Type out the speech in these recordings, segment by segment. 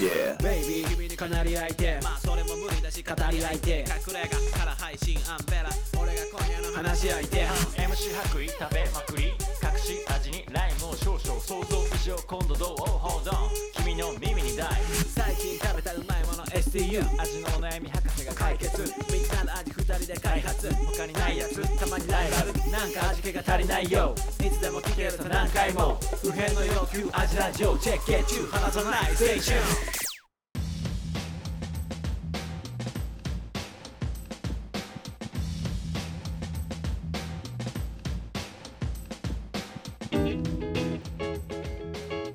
Yeah ベイビー君にかなり相手まあそれも無理だし語り合いて隠れ家から配信アンベラ俺が今夜の話話しし相相手手 MC 白衣食べまくり隠し味にライムを少々想像以上今度どう Hold on 君の耳に大最近食べたうまいもの STU 味のお悩み博士が解解決決みんなの味二人で開発他にないやつたまにライバルなんか味気が足りないよいつでも聞けると何回も不変の要求味ラジオチェックゲッチュー離さないステーションえー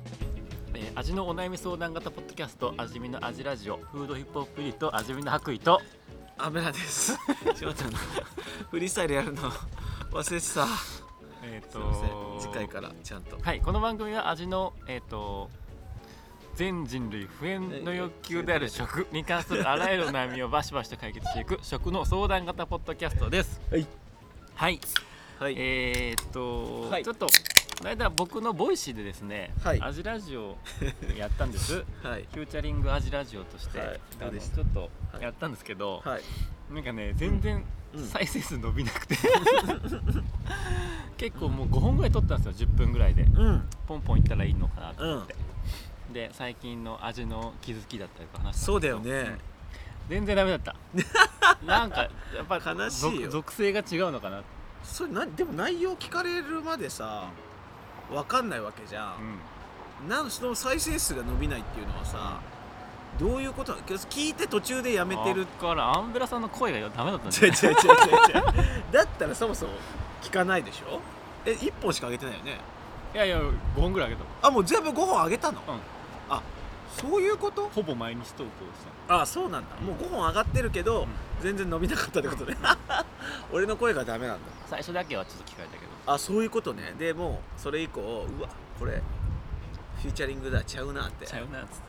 味のお悩み相談型ポッドキャスト味見の味ラジオフードヒップホップユニット味見の白衣とアメラです。しまちゃんのフリースタイルやるの忘れてた。えっ、すいません。次回からちゃんと。はいこの番組は味のえっ、と全人類不縁の欲求である食に関するあらゆるお悩みをバシバシと解決していく食の相談型ポッドキャストですはいはいはい。えーっと、はいちょっとこの間僕のボイシーでですね、はいアジラジオやったんです はい。フューチャリングアジラジオとして、はいあどのうでしちょっとはいやったんですけど、はい。なんかね全然うん再生数伸びなくて 結構もう5本ぐらい撮ったんですよ10分ぐらいでうん。ポンポンいったらいいのかなとう思んっ。て、で最近の味の気づきだったりとか話したんそうだですけどよね。全然ダメだった なんかやっぱ悲しいよ属属性が違うのかなって、それなでも内容聞かれるまでさ、わかんないわけじゃ。うんんなんその再生数が伸びないっていうのはさ、どういうことなの？聞いて途中でやめてる。だからアンベラさんの声がダメだったん違う違うで違うす違う違う。だったらそもそも聞かないでしょ？え一本しか上げてないよね。いやいや5本ぐらいあげたあもう全部5本上げたの。うんあそういうこと？ほぼ毎日投稿したあそうなんだもう5本上がってるけど、全然伸びなかったってことね俺の声がダメなんだ 最初だけはちょっと聞かれたけどあそういうことねでもうそれ以降うわこれフューチャリングだちゃうなってちゃうなっつって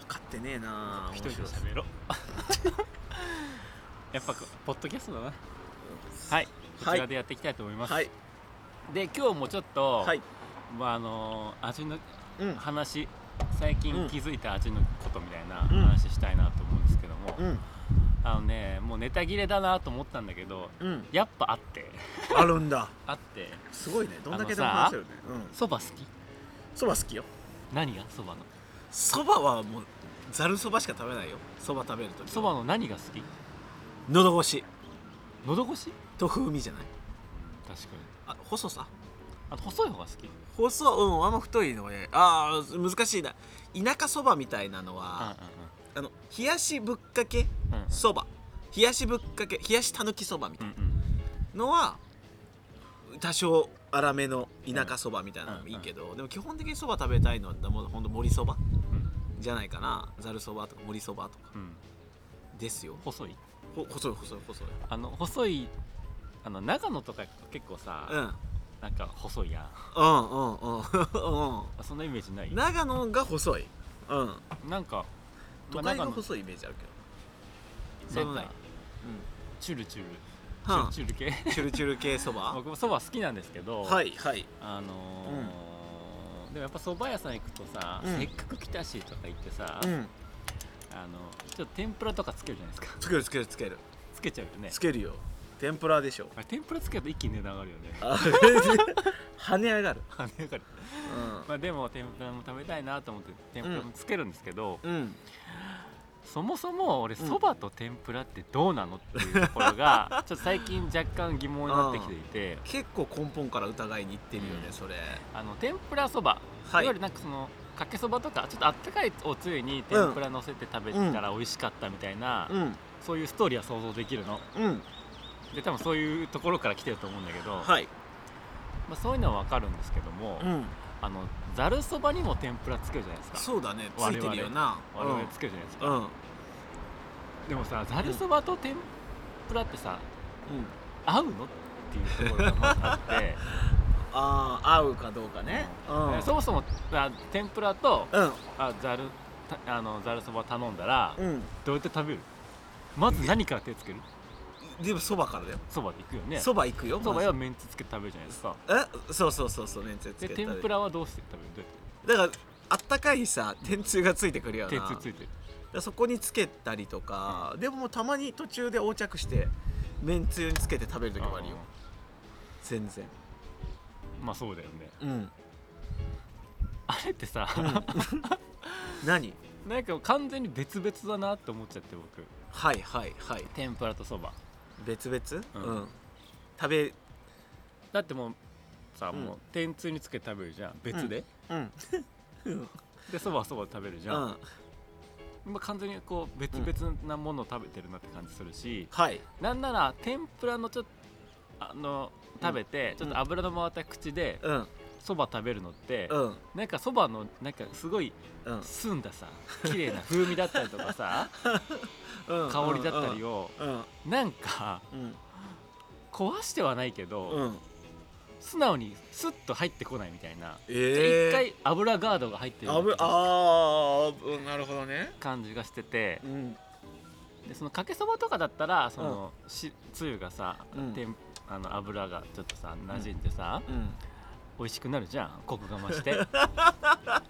分かってねえな一人で面白い喋ろう やっぱこうポッドキャストだなはいこちらでやっていきたいと思います、はいで今日もちょっと、はいまああのー味のうん話最近うん気づいた味のことみたいなうん話したいなと思うんですけども、うんあのねもうネタ切れだなと思ったんだけどうんやっぱあってあるんだあってすごいねどんだけでも話せるねうんそば好きそば好きよ何がそばのそばはもうざるそばしか食べないよそば食べるときそばの何が好きのど越しのど越しと風味じゃない確かにあ細さあと細い方が好き放送うんあんま太いのはねああ難しいな田舎そばみたいなのは、うあの冷やしぶっかけんうんうんそば冷やしぶっかけ冷やしたぬきそばみたういんうんなのは、多少粗めの田舎そばみたいなのもいいけど、でも基本的にそば食べたいのはもうほんと盛りそばじゃないかなざるそばとか盛りそばとかうんうんですよ細いほ細い細い細いあの細いあの長野とか行くと結構さ、うんうんなんか細いやん うんうんうん うんあそんなイメージない長野が細いうんなんか、都会が長野細いイメージあるけどそなんんなかいチュルチュルチはュあルチュル系 チュルチュル系そば 僕もそば好きなんですけど、はいはいあのーでもやっぱそば屋さん行くとさ、うんせっかく来たしとか行ってさ、うんあのちょっと天ぷらとかつけるじゃないですかつけるつけるつけるつけちゃうよねつけるよ天ぷらでしょあれ天ぷらつけると一気に値段上がるよね 跳ね上がる跳ね上がるまあでも天ぷらも食べたいなと思って天ぷらもつけるんですけど、うん、うん、そもそも俺そばと天ぷらってどうなのっていうところ がちょっと最近若干疑問になってきていて結構根本から疑いにいってるよね、うんそれあの天ぷらそはば、いいわゆるなんかそのかけそばとかちょっとあったかいおつゆに天ぷら乗せて食べたら美味しかったみたいな、んそういうストーリーは想像できるのうんで多分そういうところから来てると思うんだけど、はいまあ、そういうのはわかるんですけども、んあのざるそばにも天ぷらつけるじゃないですかそうだねつ我い々てるよな我々つけるじゃないですか、うんうんでもさざるそばと天ぷらってさ合うのっていうところがまずあって、ああ合うかどうかねうんえそもそもあ天ぷらとうんあざるたあのざるそば頼んだら、うんどうやって食べるまず何から手つけるでもそばからだよそばでいくよねそそば、行くよばまはめんつつけて食べるじゃないですかずえそうそうそうそうめんつゆつでけて天食べるぷらはどうして食べるどうやっだてからあったかいさ天つゆがついてくるよな手つついてるでそこにつけたりとか、でももうたまに途中で横着してめんつゆにつけて食べる時もあるよ全然まあそうだよねうんあれってさ、何なんか完全に別々だなって思っちゃって僕はいはいはい天ぷらとそば別々う、うんん食べだってもうさ、うんもう天つゆにつけて食べるじゃん別で、うんでそばはそばで食べるじうゃん、んまあ、完全にこう別々なものを食べてるなって感じするし、はいなんなら天ぷらのちょっとあの食べて、うちんょっと油の回った口でうんそば食べるのって、うんなんかそばのなんかすごいうん澄んださ綺麗な風味だったりとかさ香りだったりよをうんなんかうん壊してはないけど、うん素直にスッと入ってこないみたいな一、ええ回油ガードが入ってるあぶなあーうんなるほどね感じがしててうんでそのかけそばとかだったらその、しつゆがさ、うんてんあの油がちょっとさ馴染んでさ、うん美味しくなるじゃんコクが増して ああ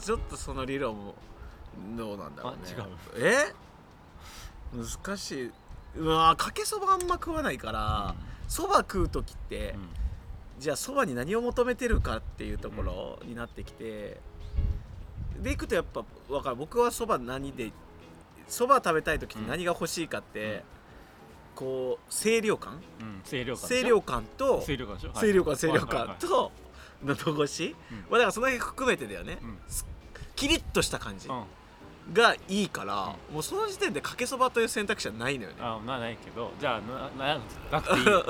ちょっとその理論もどうなんだろうねあ違うえ難しいうわーかけそばあんま食わないからそば、食う時って、うんじゃあそばに何を求めてるかっていうところになってきて、でいくとやっぱ分かる僕はそば何でそば食べたい時に何が欲しいかって、こう清涼感うん清涼感でしょ清涼感と清涼感でしょ清涼感清涼感とと喉越し、うんまあだからその辺含めてだよね、うんすキリッとした感じうんがいいから、もうその時点でかけそばという選択肢はないのよねあまあないけどじゃあななな くていいよ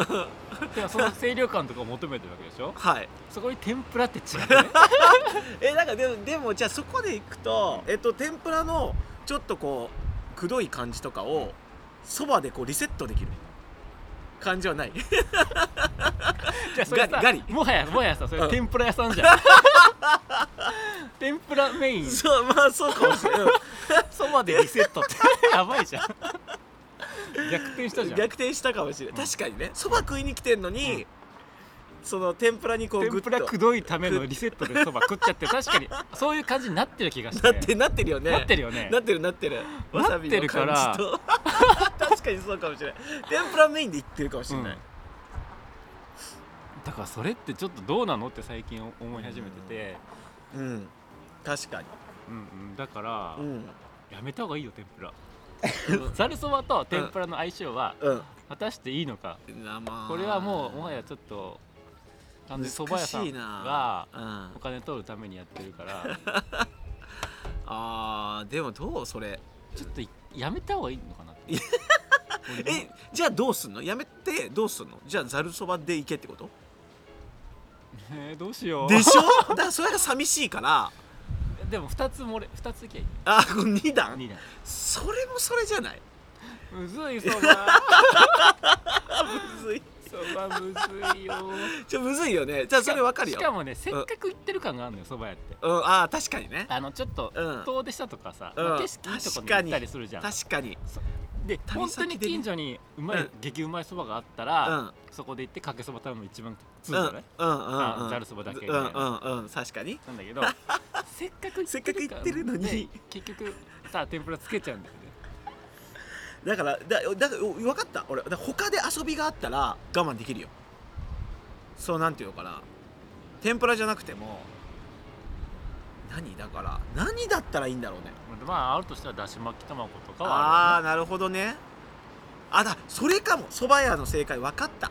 でもその清涼感とかを求めてるわけでしょはいそこに天ぷらって違 うねえなんかでもでもじゃあそこでいくと、えっと、天ぷらのちょっとこうくどい感じとかをそばでこうリセットできる感じはないじゃあそれさガリガリもはやもはやさそれうん天ぷら屋さんじ ゃん天ぷらメインそうまあそうかもしれ ないそばでリセットって やばいじゃん逆転したじゃん逆転したかもしれない、確かにねそば食いに来てんのに、その天ぷらにこうグッ天とぷらくどいためのリセットでそば食っちゃって確かにそういう感じになってる気がしてなってなってるよねなってるよねなってるなってるわさびなってのるか感らじと 確かにそうかもしれない天ぷらメインでいってるかもしれない、だからそれってちょっとどうなのって最近思い始めてて、うん確かにうんうん、だから、うんやめた方がいいよ天 ぷらざるそばと天ぷらの相性はうん果たしていいのかなまあこれはもうもはやちょっと完全にそば屋さ難しんいがなうんお金取るためにやってるからあーでもどうそれちょっといやめた方がいいのかなって俺えじゃあどうすんのやめてどうすんのじゃあざるそばで行けってことえーどうしようでしょだからそれが寂しいからでも2つ漏れ2ついけばいいあこれ2段二段それもそれじゃないむずいそばむずい そばむずいよちょむずいよねじゃあそれわかるよしかもねせっかく行ってる感があるのよそば屋ってうんあー確かにねあのちょっとうん遠出したとかさ、うんまあ景色いいとこに行ったりするじゃん確かにで旅本当先にでね近所にうまい、うん激うまいそばがあったうら、んそこで行ってかけそば頼むの一番うんうんうんうん通じゃない、うんあざるそばだけみうたいんなうんうん確かになんだ けどせっかくせっかく行ってるのにね結局さ天ぷらつけちゃうんだよねだからだだからお分かった俺だから他で遊びがあったら我慢できるよそうなんていうのかな天ぷらじゃなくても何だから何だったらいいんだろうねまああるとしたらだし巻き卵とかはあああーなるほどねあだそれかもそば屋の正解分かった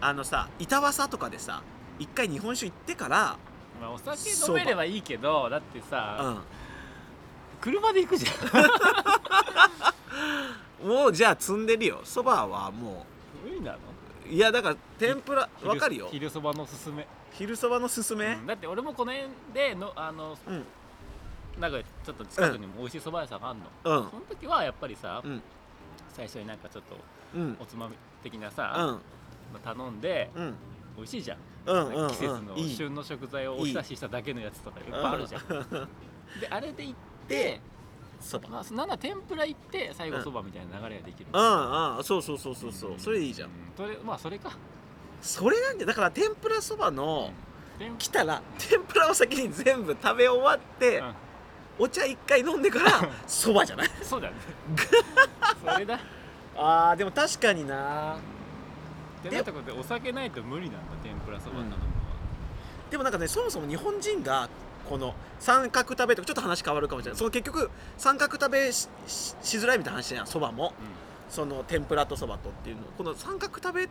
あのさ板わさとかでさ一回日本酒行ってからるよね、まあ、お酒飲めればいいけどだってうさ、ん車で行くじゃんもうじゃあ積んでるよそばはも無理なのういやだから天ぷら昼分かるよ昼そばのすすめ、昼そばのすすめ、うんだって俺もこの辺でのあのうんなんかちょっと近くにも美味しいそば屋さんがあるの、うんその時はやっぱりさ、うん最初になんかちょっとうんおつまみ的なうさ、んまあ頼んでうん美味しいじゃん、うんうん季節のいい旬の食材をおひたししただけのやつとかいっぱいあるじゃん、であれで行ってでそばまあ、なんなら天ぷら行って最後そばみたいな流れができる、うんうんそうそうそうそうそううんそれいいじゃんうそれまあそれかそれなんでだから天ぷらそばの天来たら天ぷらを先に全部食べ終わって、うんお茶一回飲んでから そばじゃないそうだねそれだあーでも確かになってなったことでお酒ないと無理なんだ天ぷらそば頼むのは、でもなんかねそもそも日本人がこの三角食べとかちょっと話変わるかもしれないその結局三角食べしししづらいみたいな話じゃんそばも、うんその天ぷらとそばとっていうのこの三角食べっ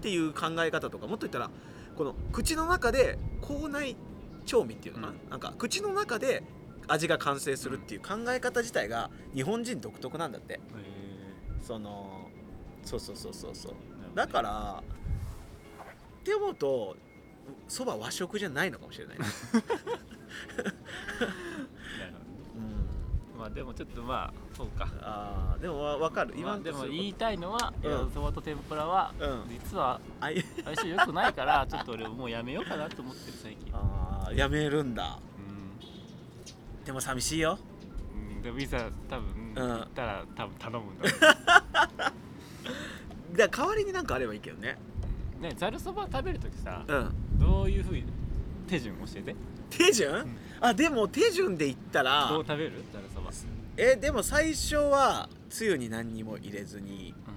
ていう考え方とかもっと言ったらこの口の中で口内調味っていうのかな,、なんか口の中で味が完成するっていう考え方自体が日本人独特なんだってへそのそうそうそうそうそうーだからって思うとそば和食じゃないのかもしれない、 ね、なるほどねうんまあでもちょっとまあそうかあーでもわ分かる今今でも言いいたいのは、うんいやそばと天ぷらは、うん実はあい相性良くないから ちょっと俺もうやめようかなと思ってる最近あーやめるんだでも寂しいようん、うん、でもいざ多分、うん行ったら多分頼むん だろだから代わりになんかあればいいけどねうねざるそば食べる時さうんどういうふうに手順教えて手順、あでも手順で言ったらどう食べるざるそばえでも最初はつゆに何にも入れずにうん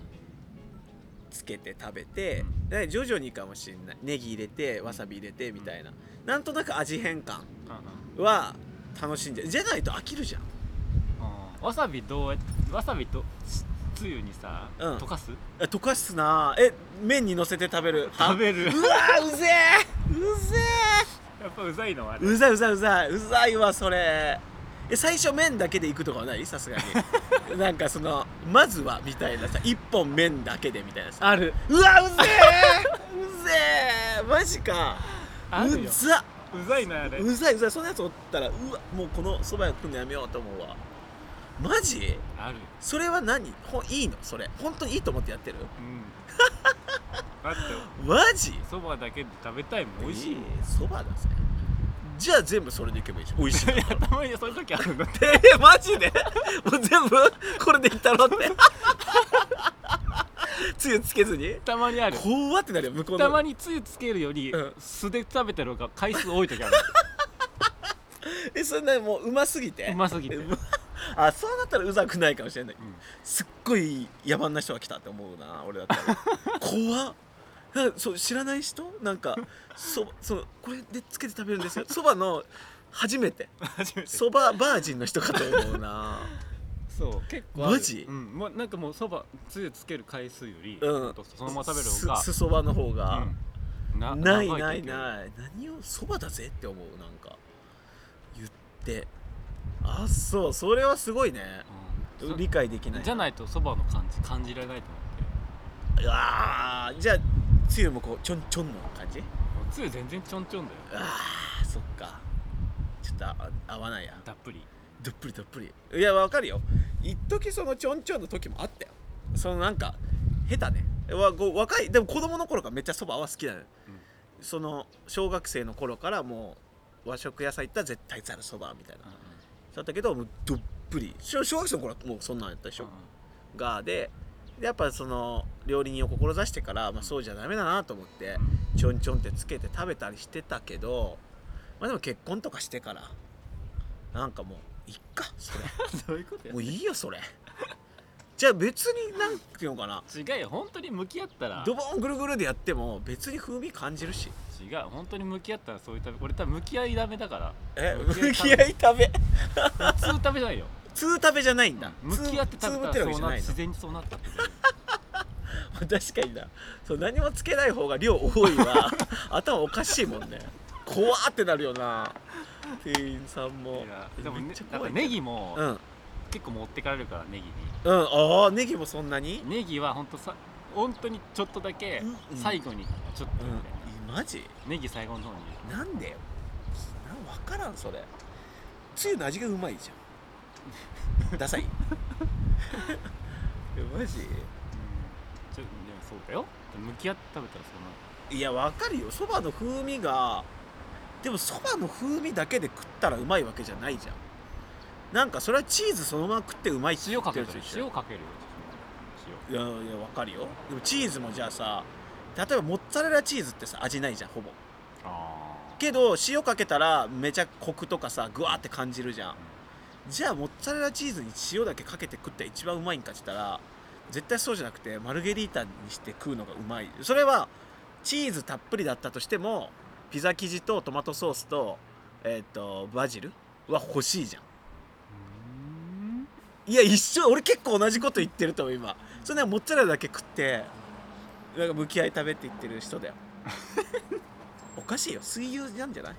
つけて食べて、うで徐々にかもしれないネギ入れてわさび入れてみたいな、なんとなく味変換うんうんは楽しんでじゃないと飽きるじゃんわさびどうやってわさびとしつゆにさ、うん溶かすえ溶かすなえ麺にのせて食べる食べうるわうぜえうぜやっぱうざいのはあえるうざいうざいうざいうざいわそれえ最初麺だけでいくとかはないさすが になんかそのまずはみたいなさ一本麺だけでみたいなさあるうわうぜえうぜえマジかあるうよざうざいなあれうざいうざいそんなやつおったらうわもうこのそば屋食うのやめようと思うわマジあるそれは何ほんいいのそれ本当にいいと思ってやってるうんだってマジそばだけで食べたいもん美味しいもんそばだぜじゃあ全部それでいけばいいじゃん美味しいいやたまにそういう時あるんだってえマジで もう全部これでいったろって つゆつけずにたまにある怖ってなるよ向こうのたまにつゆつけるより、うん素で食べてる方が回数多い時 あるえそんなもううますぎてうますぎてうま あそうなったらうざくないかもしれない、んすっごい野蛮な人が来たって思うな俺だった ら怖っなんかそう知らない人なんかそそのこれでつけて食べるんですよそばの初めて初めてそばバージンの人かと思うなそう結構あるマジうんもうなんかもうそばつゆつける回数より、うんそのまま 食べる方がすすそばの方が、うんなないないいない何をそばだぜって思うなんか言ってあそうそれはすごいねうんそ理解できないじゃないとそばの感じ感じられないと思うわーじゃあつゆもこうちょんちょんの感じってつゆ全然ちょんちょんだよあーそっかちょっとあ合わないやたっぷりどっぷりどっぷりいやわかるよ一時そのちょんちょんの時もあったよそのなんか下手ねわご若いでも子供の頃からめっちゃそばは好きだよ、うんその小学生の頃からもう和食屋さん行ったら絶対ざるそばみたいな、だったけどもうどっぷり小小学生の頃はもうそんなんやったでしょ、がででやっぱその料理人を志してから、まあ、そうじゃダメだなと思ってちょんちょんってつけて食べたりしてたけど、まあ、でも結婚とかしてからなんかもういっかそれ どういうことやもういいよそれ じゃあ別になんていうのかな違うよ本当に向き合ったらドボンぐるぐるでやっても別に風味感じるし違う本当に向き合ったらそういう食べ俺多分向き合いダメだからえ向向きき合合い食べ普通食べないよ通食べじゃないんだ向き合って食べた通らぶそっうてわけじなってゃ自ない然にそうなったってこの確かになそう何もつけない方が量多いは 頭おかしいもんね怖ってなるよな店員さんともいやでもめねっちゃな怖んかいネギもうんうん結構持ってかれるからネギにああネギもそんなにネギは本当さ本当にちょっとだけうん最後にちょっとうみたいなんマジネギ最後の方になんでよなん分からんそれつゆの味がうまいじゃんダサい いやマジちょでもそうだよ向き合って食べたらそうなるいやわかるよそばの風味がでもそばの風味だけで食ったらうまいわけじゃないじゃんなんかそれはチーズそのまま食ってうまいって言塩っかてけるる人いるじゃん塩かけるよいやいやわかるよでもチーズもじゃあさ例えばモッツァレラチーズってさ味ないじゃんほぼ塩あけど塩かけたらめちゃコクとかさグワーって感じるじゃんじゃあモッツァレラチーズに塩だけかけて食ったら一番うまいんかって言ったら絶対そうじゃなくてマルゲリータにして食うのがうまいそれはチーズたっぷりだったとしてもピザ生地とトマトソースと,、えー、とバジルは欲しいじゃんいや一緒俺結構同じこと言ってると思う今そんなモッツァレラだけ食ってなんか向き合い食べって言ってる人だよおかしいよ水牛なんじゃない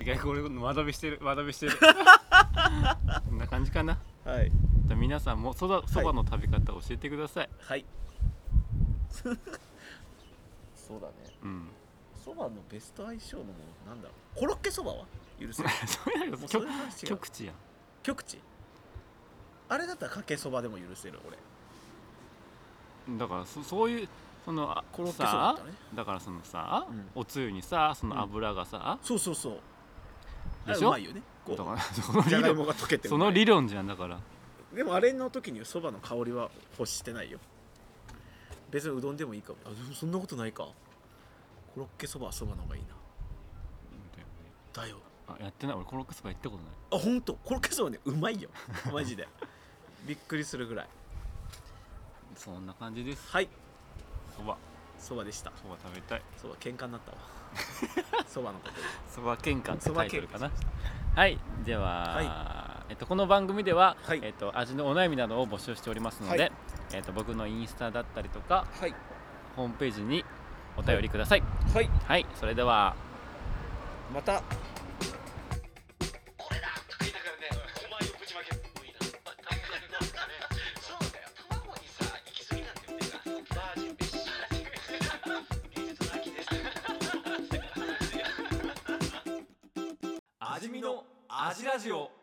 意外にこれ間延びしてる間延びしてる こんな感じかなはいじゃあ皆さんもそばそばの食べ方教えてください、はい そうだねうん そばのベスト相性のものなんだろうコロッケそばは許 せないそうやろもうそれ極の話違う極地やん極地あれだったらかけそばでも許せる俺だからそそういうそのあコロッケそばだっさたあねだからそのさ、うんおつゆにさそうんの油がさ、そうそうそうであしれょうまいよねこだか うらそのじゃ理がいも論が溶けてその理論じゃんだからでもあれの時にそばの香りは欲してないよ別にうどんでもいいかもあでもそんなことないかコロッケそばはそばの方がいいなだよあやってない俺コロッケそば行ったことないあ本当コロッケそばねうまいよマジで びっくりするぐらいそんな感じですはいそばそばでしたそば食べたいそば喧嘩になったわ そばのことでそば喧嘩ってそばタイ喧トル嘩かなはいでは、えっと、この番組では、はいえっと、味のお悩みなどを募集しておりますので、はいえっと、僕のインスタだったりとかはいホームページにお便りくださいはいはい、それではまた味見の味ラジオ